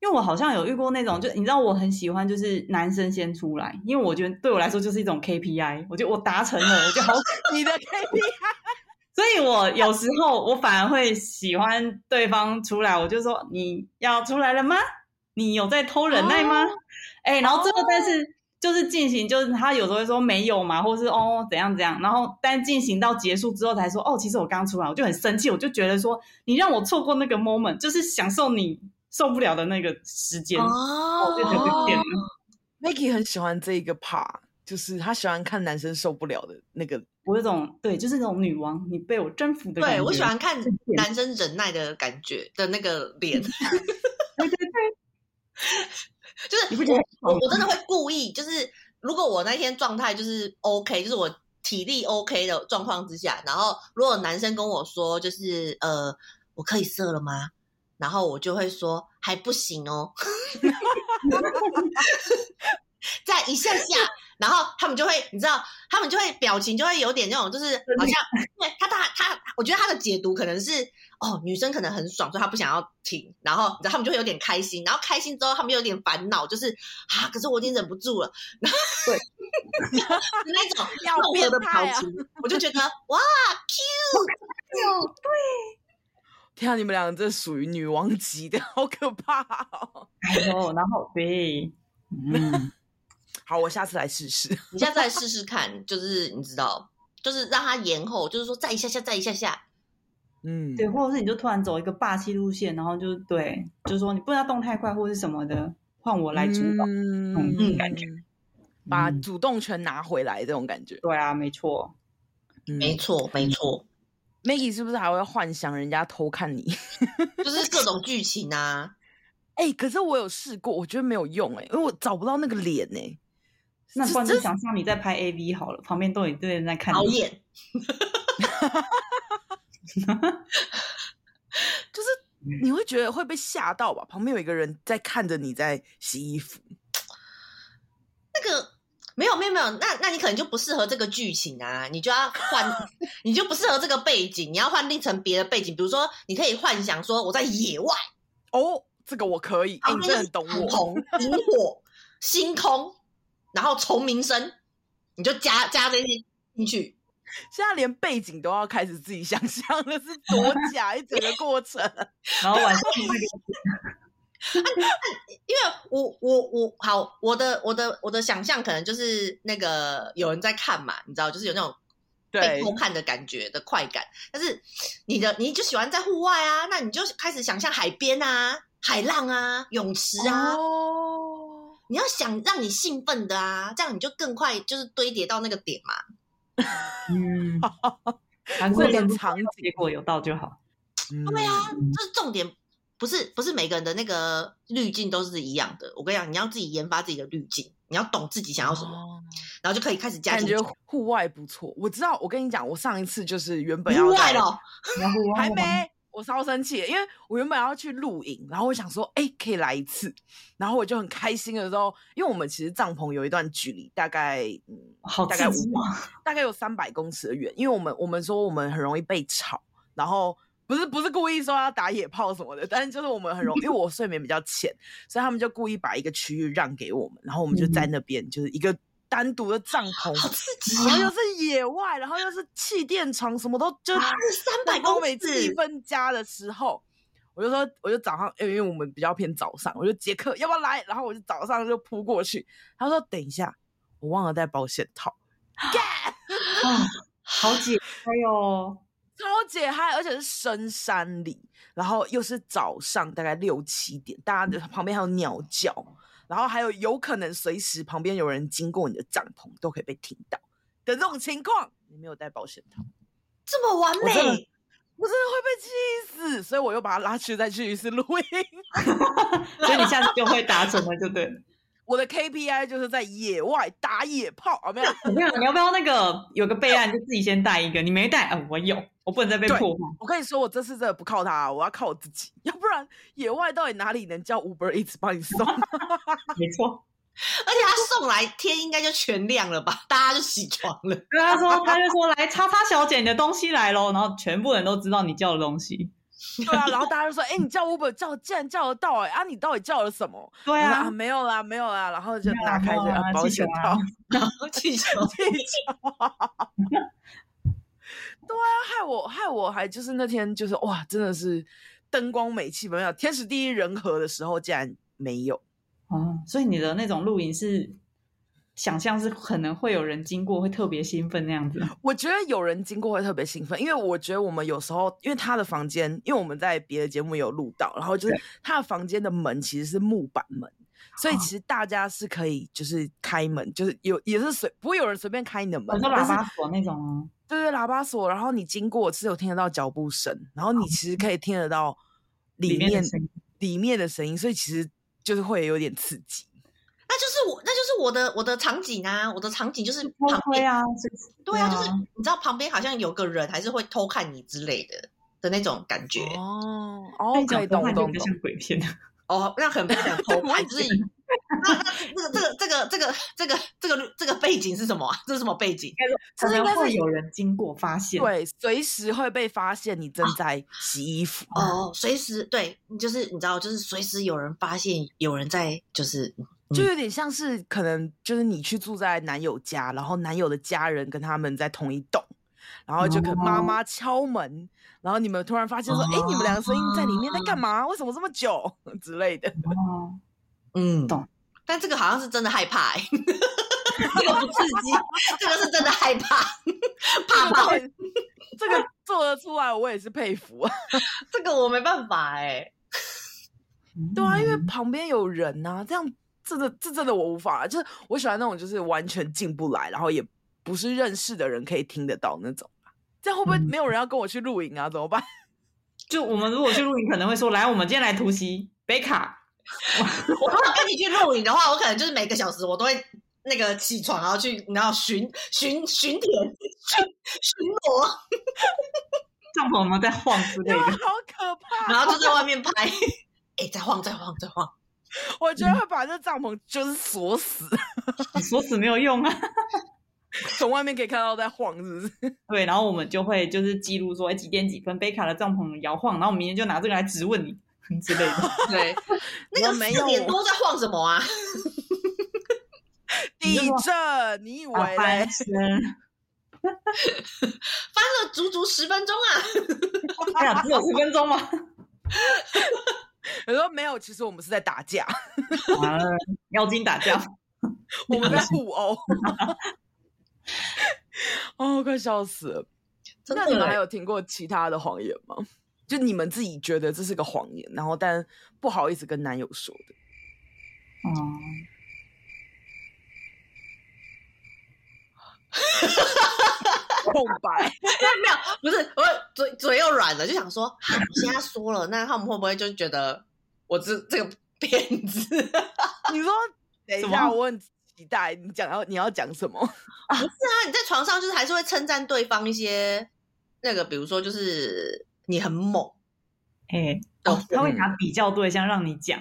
[SPEAKER 3] 因为我好像有遇过那种，就你知道我很喜欢，就是男生先出来，因为我觉得对我来说就是一种 KPI，我觉得我达成了，我就好，
[SPEAKER 2] 你的 KPI
[SPEAKER 3] 所以我有时候我反而会喜欢对方出来，我就说你要出来了吗？你有在偷忍耐吗
[SPEAKER 2] 哦？
[SPEAKER 3] 哎、然后最后但
[SPEAKER 1] 哦
[SPEAKER 3] 是就是进行，就是他有时候会说没有嘛，或是哦怎样怎样，然后但进行到结束之后才说哦，其实我刚出来，我就很生气，我就觉得说你让我错过那个 moment，就是享受你受不了的那个时间。
[SPEAKER 1] 哦
[SPEAKER 3] 就觉得有点
[SPEAKER 2] ，Maggie 很喜欢这一个 part，就是她喜欢看男生受不了的那个。
[SPEAKER 3] 我有种对，就是那种女王，你被我征服的感觉。
[SPEAKER 1] 对我喜欢看男生忍耐的感觉的那个脸，
[SPEAKER 3] 对，对对对，
[SPEAKER 1] 就是
[SPEAKER 3] 你不觉得
[SPEAKER 1] 我
[SPEAKER 3] 很
[SPEAKER 1] 我真的会故意，就是如果我那天状态就是 OK，就是我体力 OK 的状况之下，然后如果男生跟我说就是呃，我可以射了吗？然后我就会说还不行哦， 再一下下，然后他们就会你知道，他们就会表情就会有点那种，就是好像对他他他，我觉得他的解读可能是哦，女生可能很爽，所以她不想要停，然后你知道他们就会有点开心，然后开心之后他们又有点烦恼，就是啊，可是我已经忍不住了，然后那种
[SPEAKER 2] 要
[SPEAKER 1] 综合的
[SPEAKER 2] 变态
[SPEAKER 1] 表
[SPEAKER 2] 啊
[SPEAKER 1] 情，我就觉得哇，cute，
[SPEAKER 2] 天啊，你们俩这属于女王级的， 好可怕哦！
[SPEAKER 3] 哎呦，然后对，嗯，
[SPEAKER 2] 好，我下次来试试。
[SPEAKER 1] 你下次再试试看，就是你知道，就是让他延后，就是说再一下下，再一下下，
[SPEAKER 2] 嗯，
[SPEAKER 3] 对，或者是你就突然走一个霸气路线，然后就对，就说你不要动太快或是什么的，换我来主导。
[SPEAKER 2] 嗯
[SPEAKER 3] 嗯感
[SPEAKER 2] 觉，把
[SPEAKER 3] 嗯
[SPEAKER 2] 主动权拿回来这种感觉。
[SPEAKER 3] 对啊，没错，
[SPEAKER 2] 嗯
[SPEAKER 1] 没错没错，
[SPEAKER 2] Maggie 是不是还会幻想人家偷看你？
[SPEAKER 1] 就是各种剧情啊，
[SPEAKER 2] 哎、可是我有试过，我觉得没有用哎、因为我找不到那个脸哎、
[SPEAKER 3] 那
[SPEAKER 2] 这
[SPEAKER 3] 不然就
[SPEAKER 2] 这
[SPEAKER 3] 想象你在拍 AV 好了，旁边都有一堆人在看
[SPEAKER 1] 导
[SPEAKER 3] 你。
[SPEAKER 1] 演。
[SPEAKER 2] 就是你会觉得会被吓到吧？旁边有一个人在看着你在洗衣服，
[SPEAKER 1] 那个没有没有没有，那那你可能就不适合这个剧情啊，你就要换， 你就不适合这个背景，你要换另成别的背景，比如说你可以幻想说我在野外，
[SPEAKER 2] 哦，这个我可以，哎、
[SPEAKER 1] 旁
[SPEAKER 2] 你
[SPEAKER 1] 边就
[SPEAKER 2] 真的
[SPEAKER 1] 是
[SPEAKER 2] 很懂
[SPEAKER 1] 彩
[SPEAKER 2] 我。
[SPEAKER 1] 虹、萤火、星空，然后虫鸣声，你就加加这些进去。
[SPEAKER 2] 现在连背景都要开始自己想象了，是多假一整个 过程。
[SPEAKER 3] 然后晚上
[SPEAKER 1] 因为我我我好，我的我的我的想象可能就是那个有人在看嘛，你知道，就是有那种被
[SPEAKER 2] 对
[SPEAKER 1] 偷看的感觉的快感。但是你的你就喜欢在户外啊，那你就开始想象海边啊、海浪啊、泳池啊，
[SPEAKER 2] 哦，
[SPEAKER 1] 你要想让你兴奋的啊，这样你就更快就是堆叠到那个点嘛。
[SPEAKER 3] 嗯，韩
[SPEAKER 2] 所
[SPEAKER 3] 国
[SPEAKER 2] 以连
[SPEAKER 3] 人
[SPEAKER 2] 场景，
[SPEAKER 3] 结果有到 就好。
[SPEAKER 1] 对啊，
[SPEAKER 3] 嗯
[SPEAKER 1] 就是重点不是不是每个人的那个滤镜都是一样的。我跟你讲，你要自己研发自己的滤镜，你要懂自己想要什么，
[SPEAKER 2] 哦
[SPEAKER 1] 然后就可以开始加
[SPEAKER 2] 感
[SPEAKER 1] 进
[SPEAKER 2] 觉
[SPEAKER 1] 去。
[SPEAKER 2] 户外不错。我知道，我跟你讲，我上一次就是原本要
[SPEAKER 1] 户外哦
[SPEAKER 2] 在
[SPEAKER 1] 咯，
[SPEAKER 3] 然后
[SPEAKER 2] 还没，我超生气的，因为我原本要去露营，然后我想说，哎、可以来一次，然后我就很开心的时候，因为我们其实帐篷有一段距离，大概嗯，
[SPEAKER 3] 好
[SPEAKER 2] 大概
[SPEAKER 3] 刺
[SPEAKER 2] 五
[SPEAKER 3] 激啊！
[SPEAKER 2] 大概有三百公尺的远，因为我们我们说我们很容易被吵，然后不是不是故意说要打野炮什么的，但是就是我们很容易，因为我睡眠比较浅，所以他们就故意把一个区域让给我们，然后我们就在那边就是一个单独的帐篷。
[SPEAKER 1] 嗯好刺激
[SPEAKER 2] 然后
[SPEAKER 1] 啊！
[SPEAKER 2] 又是野外，然后又是气垫床，什么都就
[SPEAKER 1] 三百
[SPEAKER 2] 欧
[SPEAKER 1] 公
[SPEAKER 2] 美气
[SPEAKER 1] 尺，
[SPEAKER 2] 氛加的时候，我就说，我就早上，因为我们比较偏早上，我就杰克要不要来？然后我就早上就扑过去，他说等一下，我忘了带保险套，
[SPEAKER 3] 啊，好解开哦。
[SPEAKER 2] 超解嗨，而且是深山里，然后又是早上大概六七点，大家的旁边还有鸟叫，然后还有有可能随时旁边有人经过你的帐篷都可以被听到的这种情况，你没有带保险套。
[SPEAKER 1] 这么完
[SPEAKER 2] 我真的
[SPEAKER 1] 美。
[SPEAKER 2] 我真的会被气死，所以我又把他拉去再去一次录音。
[SPEAKER 3] 所以你下次就会达成了，就对了。
[SPEAKER 2] 我的 KPI 就是在野外打野炮啊，没有，
[SPEAKER 3] 怎么样？你要不要那个有个备案，就自己先带一个？你没带啊、我有，我不能再被
[SPEAKER 2] 对
[SPEAKER 3] 破坏。
[SPEAKER 2] 我跟你说，我这次真的不靠他，我要靠我自己，要不然野外到底哪里能叫 Uber 一直帮你送？
[SPEAKER 3] 没错，
[SPEAKER 1] 而且他送来天应该就全亮了吧， 大家就起床 了。
[SPEAKER 3] 对他说，他就说来，叉叉小姐，你的东西来喽，然后全部人都知道你叫的东西。
[SPEAKER 2] 对啊，然后大家就说，哎、你叫 Uber 叫，竟然叫得到、哎啊，你到底叫了什么？
[SPEAKER 3] 对
[SPEAKER 2] 我说
[SPEAKER 3] 啊
[SPEAKER 2] 啊，，没有啦，没有啦，然后就
[SPEAKER 3] 没有
[SPEAKER 2] 打
[SPEAKER 3] 啦
[SPEAKER 2] 开
[SPEAKER 3] 没
[SPEAKER 2] 这
[SPEAKER 3] 有
[SPEAKER 2] 个
[SPEAKER 3] 啦
[SPEAKER 2] 保
[SPEAKER 3] 气球
[SPEAKER 2] 险
[SPEAKER 3] 啊
[SPEAKER 2] 套，
[SPEAKER 1] 然后气球，
[SPEAKER 2] 气球。对啊，害我害我还就是那天就是哇，真的是灯光美气没有天时地利人和的时候，竟然没有。
[SPEAKER 3] 啊，所以你的那种露营是想象是可能会有人经过会特别兴奋那样子。
[SPEAKER 2] 我觉得有人经过会特别兴奋，因为我觉得我们有时候，因为他的房间，因为我们在别的节目有录到，然后就是
[SPEAKER 3] 对
[SPEAKER 2] 他的房间的门其实是木板门，所以
[SPEAKER 3] 哦
[SPEAKER 2] 其实大家是可以就是开门，就是有也是随不会有人随便开你的门
[SPEAKER 3] 我，说
[SPEAKER 2] 但
[SPEAKER 3] 喇
[SPEAKER 2] 是
[SPEAKER 3] 叭锁那种哦，
[SPEAKER 2] 对对，喇叭锁，然后你经过是有听得到脚步声，然后你其实可以听得到里
[SPEAKER 3] 哦里面的
[SPEAKER 2] 面
[SPEAKER 3] 声音
[SPEAKER 2] 里面的声音，所以其实就是会有点刺激。
[SPEAKER 1] 那就是我，那就是我的我的场景啊，我的场景就是
[SPEAKER 3] 偷
[SPEAKER 1] 旁
[SPEAKER 3] 窥
[SPEAKER 1] 边，
[SPEAKER 3] 啊，是
[SPEAKER 1] 对啊，就是你知道旁边好像有个人还是会偷看你之类的的那种感觉。
[SPEAKER 2] 哦
[SPEAKER 3] 那
[SPEAKER 2] 哦，可以
[SPEAKER 3] 种的话
[SPEAKER 2] 懂懂
[SPEAKER 3] 就比较
[SPEAKER 2] 懂。
[SPEAKER 3] 像鬼片。
[SPEAKER 1] 哦，那可能不是讲偷
[SPEAKER 2] 我也
[SPEAKER 1] 看，就是
[SPEAKER 2] 觉
[SPEAKER 1] 以那那这个这个这个这个这个这个背景是什么啊？这是什么背景？
[SPEAKER 2] 这
[SPEAKER 3] 可
[SPEAKER 2] 应
[SPEAKER 3] 能
[SPEAKER 2] 该是
[SPEAKER 3] 会有人经过发现，，
[SPEAKER 2] 对，随时会被发现你正
[SPEAKER 3] 啊
[SPEAKER 2] 在洗衣服。
[SPEAKER 1] 哦，随时对，就是你知道，就是随时有人发现有人在，就是
[SPEAKER 2] 就
[SPEAKER 1] 嗯
[SPEAKER 2] 有点像是可能就是你去住在男友家，然后男友的家人跟他们在同一栋，然后就可能妈
[SPEAKER 3] 哦
[SPEAKER 2] 妈敲门，然后你们突然发现说，哎、你们两个声音在里面在干嘛？为什么这么久之类的？
[SPEAKER 3] 哦，
[SPEAKER 1] 嗯
[SPEAKER 3] 懂。
[SPEAKER 1] 但这个好像是真的害怕、 欸，这个不刺激，这个是真的害怕，怕
[SPEAKER 2] 这
[SPEAKER 1] 爆。
[SPEAKER 2] 个 这个做得出来，我也是佩服啊。
[SPEAKER 1] 这个我没办法哎、
[SPEAKER 2] 对啊，因为
[SPEAKER 3] 嗯
[SPEAKER 2] 旁边有人呐、这样真的这真的我无法，就是我喜欢那种就是完全进不来，然后也不是认识的人可以听得到那种。啊这样会不会
[SPEAKER 3] 嗯
[SPEAKER 2] 没有人要跟我去露营啊？怎么办？
[SPEAKER 3] 就我们如果去露营，可能会说，来，我们今天来突袭北卡，
[SPEAKER 1] 我如果跟你去露营的话，我可能就是每个小时我都会那个起床，然后去然后巡巡巡田、巡巡逻，
[SPEAKER 3] 帐篷有没有在晃之 类
[SPEAKER 2] 对，
[SPEAKER 3] 的？
[SPEAKER 2] 好可怕！
[SPEAKER 1] 然后就在外面拍，哎、再晃再晃再晃，
[SPEAKER 2] 我觉得会把这帐篷就是锁死，
[SPEAKER 3] 你锁死没有用啊。
[SPEAKER 2] 从外面可以看到在晃，是不 是？
[SPEAKER 3] 对，然后我们就会就是记录说，哎，几点几分北卡的帐篷摇晃，然后我们明天就拿这个来质问你之类 的。
[SPEAKER 1] 对，那
[SPEAKER 2] 我
[SPEAKER 1] 个
[SPEAKER 2] 没
[SPEAKER 1] 四点
[SPEAKER 2] 有
[SPEAKER 3] 哦
[SPEAKER 1] 多在晃什么啊？
[SPEAKER 2] 地
[SPEAKER 3] 你就说
[SPEAKER 2] 震，你以为
[SPEAKER 3] 啊
[SPEAKER 2] 嘞？
[SPEAKER 3] 翻身，
[SPEAKER 1] 翻了足足十分钟啊！
[SPEAKER 3] 哎呀，只有十分钟吗？
[SPEAKER 2] 我说没有，其实我们是在打架，
[SPEAKER 3] 完了， 妖精打架。
[SPEAKER 2] 我们在互殴。 哦，快笑死了！
[SPEAKER 1] 真
[SPEAKER 2] 那
[SPEAKER 1] 的
[SPEAKER 2] 你们
[SPEAKER 1] 欸
[SPEAKER 2] 还有听过其他的谎言吗？就你们自己觉得这是个谎言，然后但不好意思跟男友说的。
[SPEAKER 3] 哦，
[SPEAKER 2] 空白，
[SPEAKER 1] 没有，不是我嘴嘴又软了，就想说，哈我现在说了，那他们会不会就觉得我这这个骗子？不是
[SPEAKER 2] 你说等一
[SPEAKER 3] 什
[SPEAKER 2] 下，
[SPEAKER 3] 么
[SPEAKER 2] 我很期待你讲要你要讲什么。
[SPEAKER 1] 啊，你在床上就是还是会称赞对方一些那个，比如说就是你很猛，
[SPEAKER 3] 哎，
[SPEAKER 1] 哦
[SPEAKER 3] 哦
[SPEAKER 2] 嗯
[SPEAKER 3] 他会拿比较对象让你讲。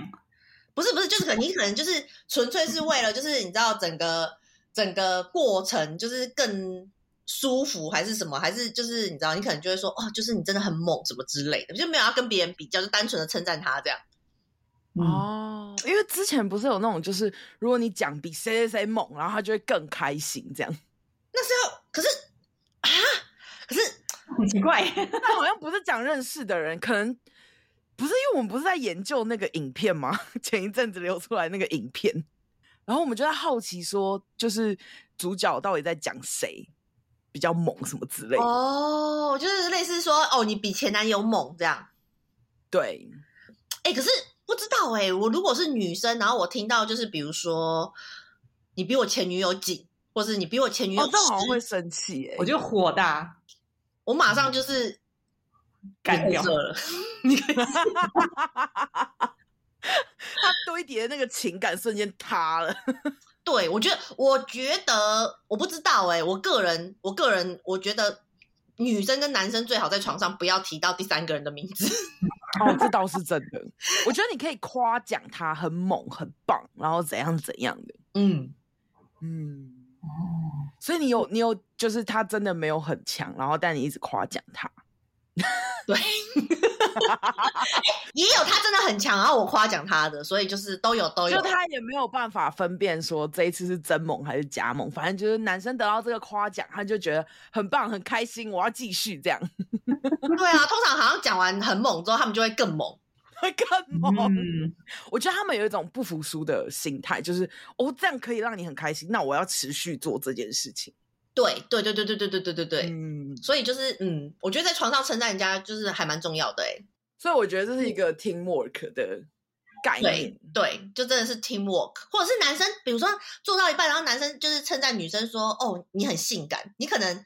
[SPEAKER 1] 不是不是，就是可能你可能就是纯粹是为了就是你知道整个整个过程就是更。舒服还是什么？还是就是你知道，你可能就会说哦，就是你真的很猛，什么之类的，就没有要跟别人比较，就单纯的称赞他这样。
[SPEAKER 3] 嗯，
[SPEAKER 2] 哦，因为之前不是有那种，就是如果你讲比谁谁谁猛，然后他就会更开心，这样。
[SPEAKER 1] 那是要，可是啊，可是
[SPEAKER 3] 嗯很奇怪。
[SPEAKER 2] 但好像不是讲认识的人，可能不是因为我们不是在研究那个影片吗？ 前一阵子流出来那个影片，然后我们就在好奇说，就是主角到底在讲谁比较猛什么之类的。
[SPEAKER 1] 哦，就是类似说，哦，你比前男友猛这样。
[SPEAKER 2] 对，
[SPEAKER 1] 哎、可是不知道哎、我如果是女生，然后我听到就是比如说，你比我前女友紧，或是你比我前女友
[SPEAKER 2] 哦，
[SPEAKER 1] 湿、
[SPEAKER 2] 这好像会生气哎、
[SPEAKER 3] 我就火大，
[SPEAKER 1] 我马上 就是
[SPEAKER 3] 干掉
[SPEAKER 1] 你可以射了。
[SPEAKER 2] 他他堆叠的那个情感瞬间塌了。
[SPEAKER 1] 对，我觉得，我觉得，我不知道哎、我个人，我个人，我觉得女生跟男生最好在床上不要提到第三个人的名字。
[SPEAKER 2] 哦，这倒是真的。我觉得你可以夸奖他很猛、很棒，然后怎样怎样的。
[SPEAKER 1] 嗯，
[SPEAKER 2] 嗯，所以你有你有，就是他真的没有很强，然后但你一直夸奖他。
[SPEAKER 1] 也有他真的很强，然后我夸奖他的，所以就是都有都有。
[SPEAKER 2] 就他也没哦有办法分辨说这一次是真猛还是假猛，反正就是男生得到这个夸奖，他就觉得很棒、很开心，我要继续这样，
[SPEAKER 1] 对啊，通常好像讲完很猛之后，他们就会更猛。
[SPEAKER 2] 会 更猛。
[SPEAKER 3] 嗯，
[SPEAKER 2] 我觉得他们有一种不服输的心态，就是哦，这样可以让你很开心，那我要持续做这件事情。
[SPEAKER 1] 对对对对对对对对对对。
[SPEAKER 2] 嗯，
[SPEAKER 1] 所以就是嗯，我觉得在床上称赞人家就是还蛮重要的哎、
[SPEAKER 2] 所以我觉得这是一个 teamwork 的概念
[SPEAKER 1] 对。对，就真的是 teamwork，或者是男生，比如说做到一半，然后男生就是称赞女生说：“哦，你很性感。”你可能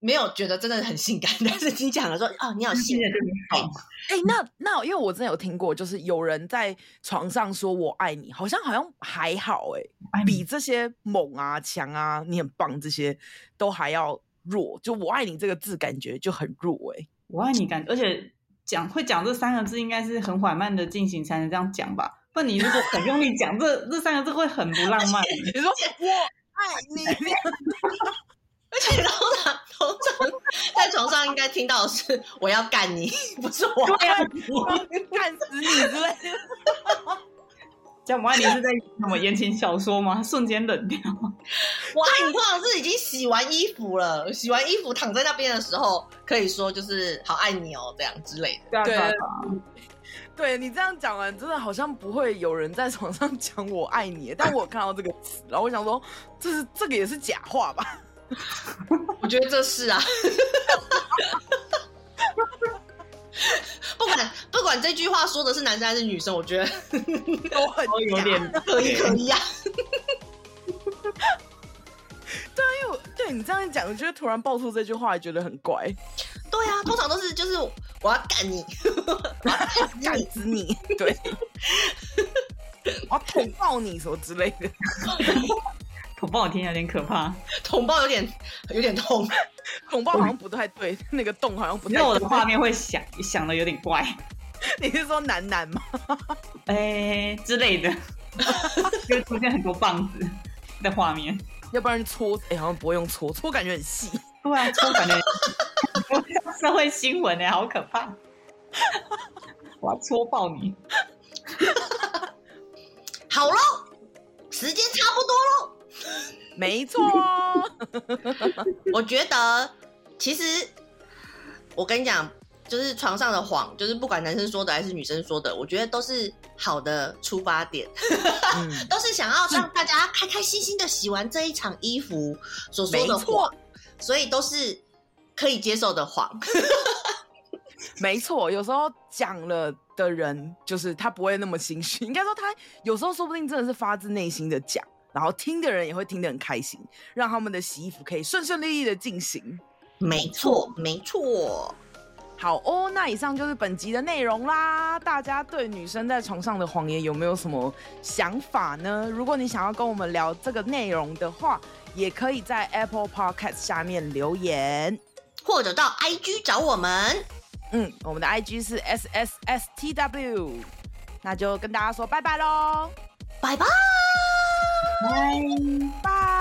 [SPEAKER 1] 没有觉得真的很性感， 但是你讲了说：“哦，你好性
[SPEAKER 3] 听起
[SPEAKER 1] 感
[SPEAKER 3] 来。就很好。
[SPEAKER 2] 哎、那那因为我真的有听过，就是有人在床上说我爱你，好像好像还好哎、
[SPEAKER 3] 哎
[SPEAKER 2] 比这些猛啊、强啊、你很棒这些都还要弱。就我爱你这个字，感觉就很弱哎、
[SPEAKER 3] 我爱你感，而且讲会讲这三个字，应该是很缓慢的进行才能这样讲吧？不然你如果很用力讲这这三个字，会很不浪漫。
[SPEAKER 2] 你说我爱你，
[SPEAKER 1] 而且通常通常在床上应该听到的是“我要干你”，不是我。
[SPEAKER 3] 对啊，
[SPEAKER 2] 干死你之类的。
[SPEAKER 3] 讲我爱你是在什么言情小说吗？瞬间冷掉。
[SPEAKER 1] 我爱你，通常是已经洗完衣服了，洗完衣服躺在那边的时候，可以说就是“好爱你哦”这样之类的。
[SPEAKER 3] 对啊
[SPEAKER 2] 对
[SPEAKER 3] 对啊，
[SPEAKER 2] 对你这样讲完，真的好像不会有人在床上讲我爱你，但我有看到这个词，然后我想说，这是这个也是假话吧？
[SPEAKER 1] 我觉得这是啊。 不管不管这句话说的是男生还是女生，我觉得
[SPEAKER 2] 都很
[SPEAKER 3] 都哦有
[SPEAKER 2] 假
[SPEAKER 3] 点
[SPEAKER 1] 可以可以啊。
[SPEAKER 2] 因为我对你这样一讲，我觉得突然爆出这句话，觉得很怪，
[SPEAKER 1] 对啊，通常都是就是我要干你，我要
[SPEAKER 2] 干
[SPEAKER 1] 干你，
[SPEAKER 2] 死你！ 对，我要捅爆你什么之类的，
[SPEAKER 3] 不好听有点可怕。
[SPEAKER 1] 捅爆有点有点痛。
[SPEAKER 2] 捅爆好像不太对，那个洞好像不
[SPEAKER 3] 你
[SPEAKER 2] 太
[SPEAKER 3] 知道我的
[SPEAKER 2] 对。
[SPEAKER 3] 画面会想想的有点怪，
[SPEAKER 2] 你是说男男吗？
[SPEAKER 3] 哎之类 的，就会出现很多棒子的画面。
[SPEAKER 2] 要不然搓，哎、好像不会用搓，搓感觉很细。
[SPEAKER 3] 对啊，充满了 社会新闻呢、欸好可怕！ 我要戳爆你！
[SPEAKER 1] 好喽，时间差不多喽。
[SPEAKER 2] 没 错哦，
[SPEAKER 1] 我觉得其实我跟你讲，就是床上的谎，就是不管男生说的还是女生说的，我觉得都是好的出发点，
[SPEAKER 2] 嗯
[SPEAKER 1] 都是想要让大家开开心心的洗完这一场衣服所说的
[SPEAKER 2] 没错
[SPEAKER 1] 谎，所以都是可以接受的谎。
[SPEAKER 2] 没错，有时候讲了的人，就是他不会那么心虚，应该说他有时候说不定真的是发自内心的讲，然后听的人也会听得很开心，让他们的洗衣服可以顺顺利利的进行。
[SPEAKER 1] 没错，没错。
[SPEAKER 2] 好哦，那以上就是本集的内容啦。大家对女生在床上的谎言有没有什么想法呢？如果你想要跟我们聊这个内容的话，也可以在 Apple Podcast 下面留言。
[SPEAKER 1] 或者到 IG 找我们，
[SPEAKER 2] 嗯，我们的 IG 是 S S S T W，那就跟大家说拜拜喽，
[SPEAKER 1] 拜拜。
[SPEAKER 3] 嗨。
[SPEAKER 2] 拜。